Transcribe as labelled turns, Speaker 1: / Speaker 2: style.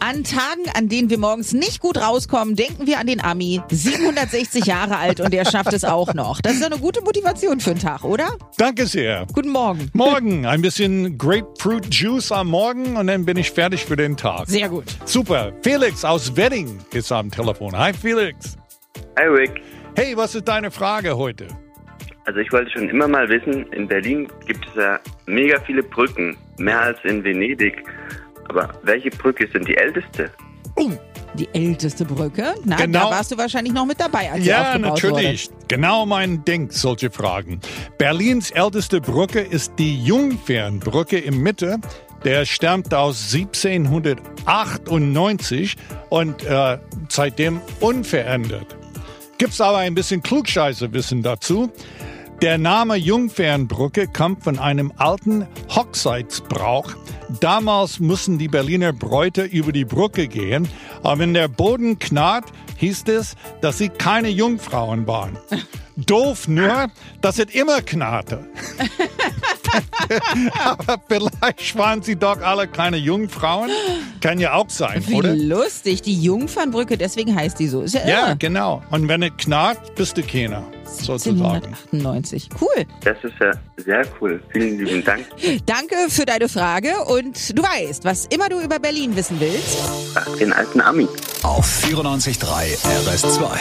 Speaker 1: An Tagen, an denen wir morgens nicht gut rauskommen, denken wir an den Ami. 760 Jahre alt und der schafft es auch noch. Das ist doch eine gute Motivation für den Tag, oder?
Speaker 2: Danke sehr.
Speaker 1: Guten Morgen.
Speaker 2: Morgen ein bisschen Grapefruit Juice am Morgen und dann bin ich fertig für den Tag.
Speaker 1: Sehr gut.
Speaker 2: Super. Felix aus Wedding ist am Telefon. Hi, Felix.
Speaker 3: Hi Rick.
Speaker 2: Hey, was ist deine Frage heute?
Speaker 3: Also ich wollte schon immer mal wissen, in Berlin gibt es ja mega viele Brücken, mehr als in Venedig. Aber welche Brücke ist denn die älteste?
Speaker 1: Die älteste Brücke. Na,
Speaker 2: Genau.
Speaker 1: da warst du wahrscheinlich noch mit dabei, als sie
Speaker 2: Ja,
Speaker 1: aufgebaut
Speaker 2: natürlich. Genau mein Denk, solche Fragen. Berlins älteste Brücke ist die Jungfernbrücke im Mitte. Der stammt aus 1798 und äh, seitdem unverändert. Gibt's aber ein bisschen Klugscheißerwissen dazu. Der Name Jungfernbrücke kommt von einem alten Hochzeitsbrauch. Damals mussten die Berliner Bräute über die Brücke gehen, aber wenn der Boden knarrt, hieß es, dass sie keine Jungfrauen waren. Doof nur, dass es immer knarrte. aber vielleicht waren sie doch alle keine Jungfrauen. Kann ja auch sein,
Speaker 1: Wurde.
Speaker 2: oder?
Speaker 1: Wie lustig. Die Jungfernbrücke, deswegen heißt die so. Ist ja,
Speaker 2: Ja,
Speaker 1: irre.
Speaker 2: genau. Und wenn es knarrt, bist du keiner, sozusagen.
Speaker 1: 1798. Cool.
Speaker 3: Das ist ja sehr cool. Vielen lieben Dank.
Speaker 1: Danke für deine Frage und du weißt, was immer du über Berlin wissen willst.
Speaker 3: Frag den alten Ami.
Speaker 4: Auf 94.3 RS2.